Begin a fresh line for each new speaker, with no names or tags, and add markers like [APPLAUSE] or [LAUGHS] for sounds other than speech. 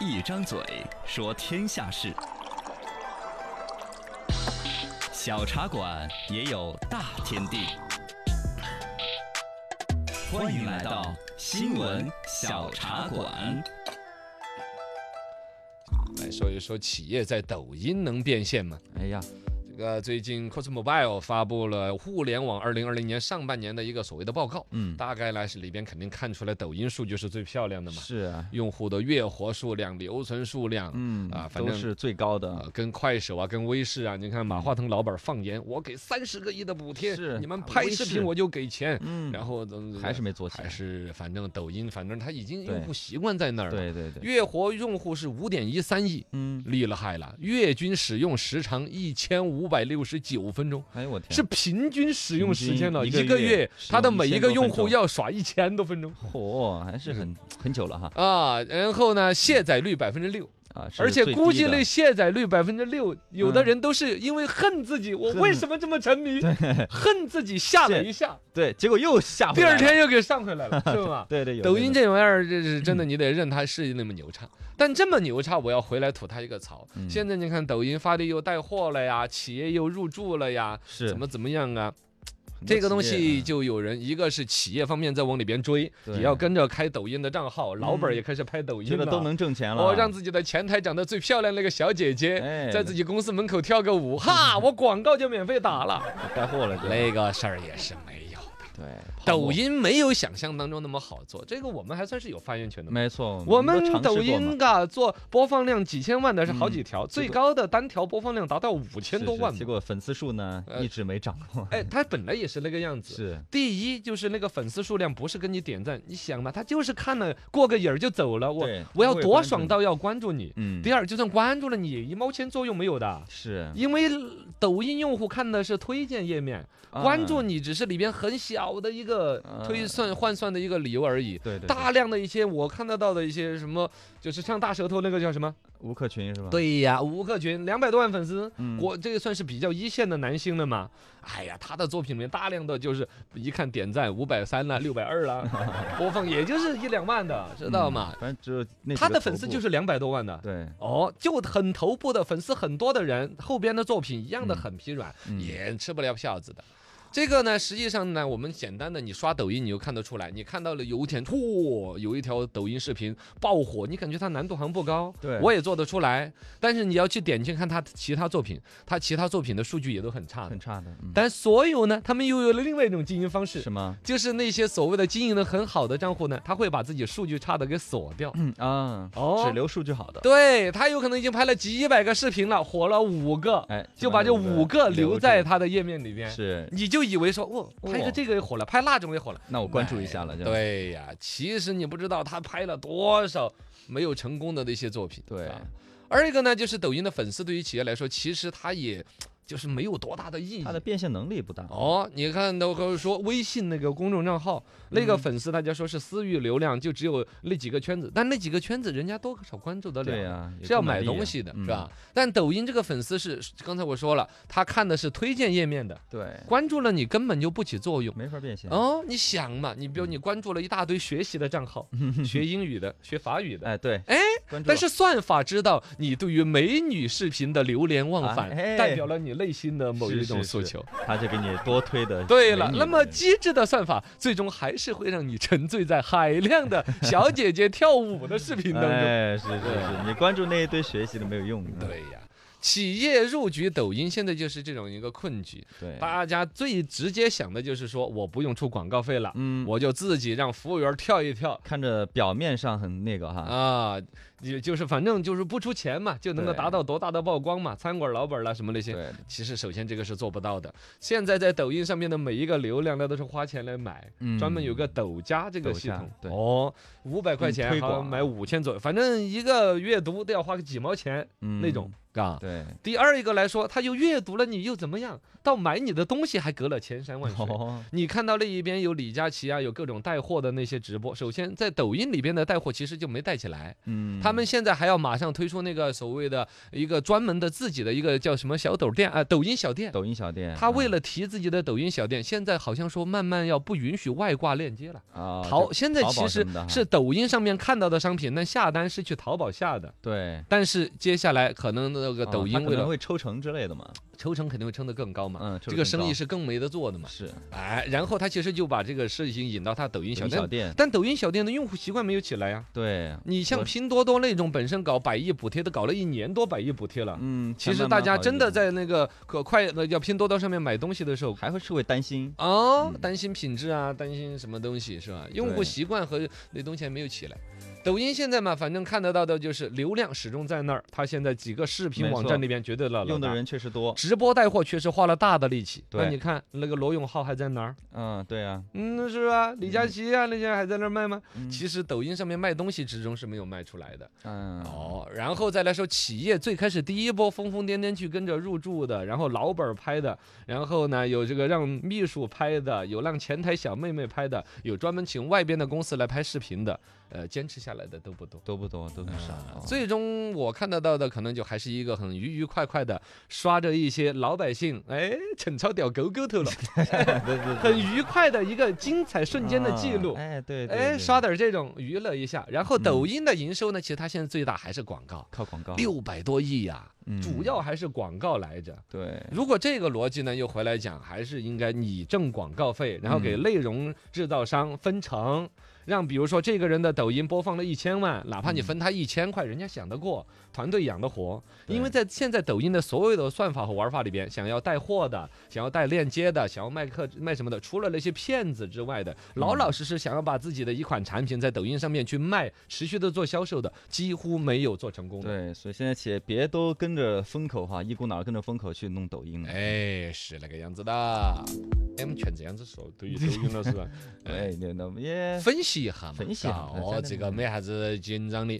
一张嘴说天下事，小茶馆也有大天地。欢迎来到新闻小茶馆。
来说一说企业在抖音能变现吗？
哎呀，
这个最近 Cosmobile 发布了互联网二零二零年上半年的一个所谓的报告，
嗯，
大概呢是里边肯定看出来抖音数据是最漂亮的嘛，
是啊，
用户的月活数量、留存数量，
嗯
啊反
都
正
是最高
呃
的，，
跟快手啊，跟微视啊，你看马化腾老板放言，我给三十个亿的补贴
是，
你们
啊
拍
微
视
视
频我就给钱，
嗯
然后怎么
还是没做起
还
来。
是反正抖音，反正他已经用
对
户习惯在那儿了，
对对对，
月活用户是五点一三亿，
嗯，
厉了害了，月均使用时长一千五百六十九分钟。
哎呦我天，
是平均使用时间了，
平
一
均一
个
个月
月，
使
它
用
的每一个
1000多
用
分
户
钟
要耍一千多分钟
嚯，还是很很久了哈
啊！然后呢，卸载率百分之六，
啊，哦是
而且
最
估
低
计
的
那卸载率百分之六，有的
嗯
人都是因为恨自己，我
恨
为什么这么沉迷？恨自己下了
是 [LAUGHS]
一下，
对，结果又下回
第
来
二
了，？
天又给上回来了，是吧
对对，有
抖
这
音
种嗯
这玩意儿，这是真的，你得认它是那么牛叉。但这么牛叉，我要回来吐它一个槽。
嗯
现在你看，抖音发力又带货了呀，企业又入驻了呀，
是
怎么怎么样啊？
很多
这个东
企业
西
嗯
就有人，一个是企业方面在往里边追，
对嗯
也要跟着开抖音的账号，老板儿也开始拍抖音
这个
了。
都能挣钱了，啊
我让自己的前台长得最漂亮那个小姐姐，
哎嗯
在自己公司门口跳个舞，哈，我广告就免费打了。
带货了就
那个事儿也是没有。
对泡沫
抖音没有想象当中那么好做，这个我们还算是有发言权的嘛。
没错，
我
都尝
们
试
抖
过嘛
音嘎做播放量几千万的是好
嗯
几条，
这
最
个
高的单条播放量达到五千
是
多
是
万
结
嘛。
果粉丝数呢
呃
一直没涨过，
哎，它本来也是那个样子。
是
第一就是那个粉丝数量不是跟你点赞，你想嘛，他就是看了过个瘾儿就走了，我
对
我要
不会
多
关注
爽
你
到要关注你。
嗯
第二，就算关注了你，一毛钱作用没有的，
是
因为抖音用户看的是推荐页面，关注
啊
你只是里边很小的一个推算换算的一个理由而已。
对对
大
对
量的一些我看得到的一些什么，就是像大舌头那个叫什么？
吴克群是吧？
对呀，吴克群两百多万粉丝，
嗯，
我这个算是比较一线的男星了嘛。哎呀，他的作品里面大量的就是一看点赞五百三啦、六百二
[LAUGHS]
啦，播放也就是一两万的，知道吗
嗯？反正只有那几
他
个
的
头
粉丝
部
就是两百多万的。
对，
哦，就很头部的粉丝很多的人，后边的作品一样的
嗯
很疲软，
嗯
也吃不了票子的。这个呢，实际上呢，我们简单的你刷抖音，你就看得出来，你看到了有一天，嚯，有一条抖音视频爆火，你感觉它难度好像不高，
对
我也做得出来。但是你要去点进看它其他作品，它其他作品的数据也都很差的
很。差的，嗯
但所有呢，他们又有了另外一种经营方式
是，吗？
就是那些所谓的经营的很好的账户呢，他会把自己数据差的给锁掉。
嗯啊，
哦
只留数据好的，
对他有可能已经拍了几百个视频了，火了五个，
哎，
就把这五个留
留
在
住
他的页面里边。
是，
你就以为说，哦，拍个
哇
这个也火了，拍那种也火了，
那我关注一下了，就
哎对呀，其实你不知道他拍了多少没有成功的那些作品。
对
啊，二一个呢，就是抖音的粉丝对于企业来说，其实它也就是没有多大的意义
它。的变现能力不大，
嗯哦，你看都跟我说微信那个公众账号，那个
嗯
粉丝大家说是私域流量，就只有那几个圈子，但那几个圈子人家多少关注得了
对
啊。
呀，有
是要
购买
买
力
东
呀
西的，
嗯
是吧？但抖音这个粉丝是刚才我说了，他看的是推荐页面的，
对，
关注了你根本就不起作用。
没法变现，
哦，你想嘛，你比如你
嗯
关注了一大堆学习的账号，
[LAUGHS]
学英语的、学法语的，
哎对，
哎
关注了，
但是算法知道你对于美女视频的流连忘返，
啊哎
代表了你内心的某一
是
种
是
诉
是
求。
他就给你多推的美女的，
[LAUGHS] 对了，那么机智的算法，最终还是会让你沉醉在海量的小姐姐跳舞的视频当中。
哎是是是，你关注那一堆学习的没有用，
对呀，企业入局抖音现在就是这种一个困局，
对，
大家最直接想的就是说，我不用出广告费了，
嗯，
我就自己让服务员跳一跳。
看着表面上很那个哈，
啊，也就是反正就是不出钱嘛，就能够
对
达到多大的曝光嘛？餐馆老板啦什么那些，
对，
其实首先这个是做不到的。现在在抖音上面的每一个流量，那都是花钱来买，
嗯
专门有个抖加这个
抖
系
加
统。
对
哦，五百块
嗯
钱
推
好像
广
买五千左右，反正一个阅读都要花个几毛钱。
嗯
那种啊。
对，
第二一个来说，他又阅读了你又怎么样？到买你的东西还隔了千山万水。
哦，
你看到另一边有李佳琦啊，有各种带货的那些直播。首先，在抖音里边的带货其实就没带起来，
嗯，
他们现在还要马上推出那个所谓的一个专门的自己的一个叫什么小抖店啊，抖音小店。
抖音小店，嗯
他为
了
了提自己的抖音小店，现在好像说慢慢要不允许外挂链接了。
啊，
淘
就
现在
淘
其
宝
实
什么的哈
是抖音上面看到的商品，但下单是去淘宝下的。
对，
但是接下来可能那个
啊
抖
它
音
可
为
能
了
会抽成之类的嘛，
抽成肯定会撑得更高嘛，
嗯，抽
这
得
个
更
生意
高
是更没得做的嘛。
是抖
哎，然后他其实就把这个事情引到他抖音
音
小
小
店，
店，
但抖音小店的用户习惯没有起来呀、啊
对，
你像
我
拼多多那种本身搞百亿补贴的，搞了一年多百亿补贴了，
嗯，
其
才
实
慢
大
慢
家
好一
真的
点
在那个可快呃叫拼多多上面买东西的时候。
还会是会担心，
啊，
嗯
担心品质啊，担心什么东西是吧？用户
对
习惯和那东西还没有起来。抖音现在嘛，反正看得到的就是流量始终在那儿，它现在几个视频
没
网
错
站那边绝对老
用
老
的
大
人确实多，
直播带货确实花了大的力气。那
对
你看那个罗永浩还在哪儿？
嗯，对啊，
嗯，是吧？李佳
嗯
琦啊，那些还在那儿卖吗？
嗯
其实抖音上面卖东西始终是没有卖出来的。
嗯，
哦，然后再来说企业最开始第一波疯疯癫癫去跟着入驻的，然后老板儿拍的，然后呢有这个让秘书拍的，有让前台小妹妹拍的，有专门请外边的公司来拍视频的，呃，坚持下来的都不多。
多不多，都不少，哦
最终我看得到的，可能就还是一个很愉愉快快的，刷着一些老百姓，哎，陈超掉沟沟头了，很愉快的一个精彩瞬间的记
啊
录。
哎，对，对
哎，
对
刷点儿这种娱乐一下，然后抖
嗯
音的营收呢，其实它现在最大还是广告，
靠广告，
六百多亿呀、
嗯
主要还是广告来着。
对，
如果这个逻辑呢，又回来讲，还是应该你挣广告费，然后给
嗯
内容制造商分成，让比如说这个人的抖音播放了一千万，哪怕你
嗯
分他一千块，人家想得过，团队养得活。因为
对
在现在抖音的所有的算法和玩法里边，想要带货的，想要带链接的，想要卖课卖什么的，除了那些骗子之外的，老老实实想要把自己的一款产品在抖音上面去卖，持续的做销售的，几乎没有做成功的。
对，所以现在企业别都跟着风口哈，一股脑儿跟着风口去弄抖音了。
哎，是那个样子的。哎，我们全这样子说，对于抖音老师
[LAUGHS]
啊，
哎，那那也
分析一下嘛，
分析一下
啊
哎
哦，
真的
这个没啥子紧张的。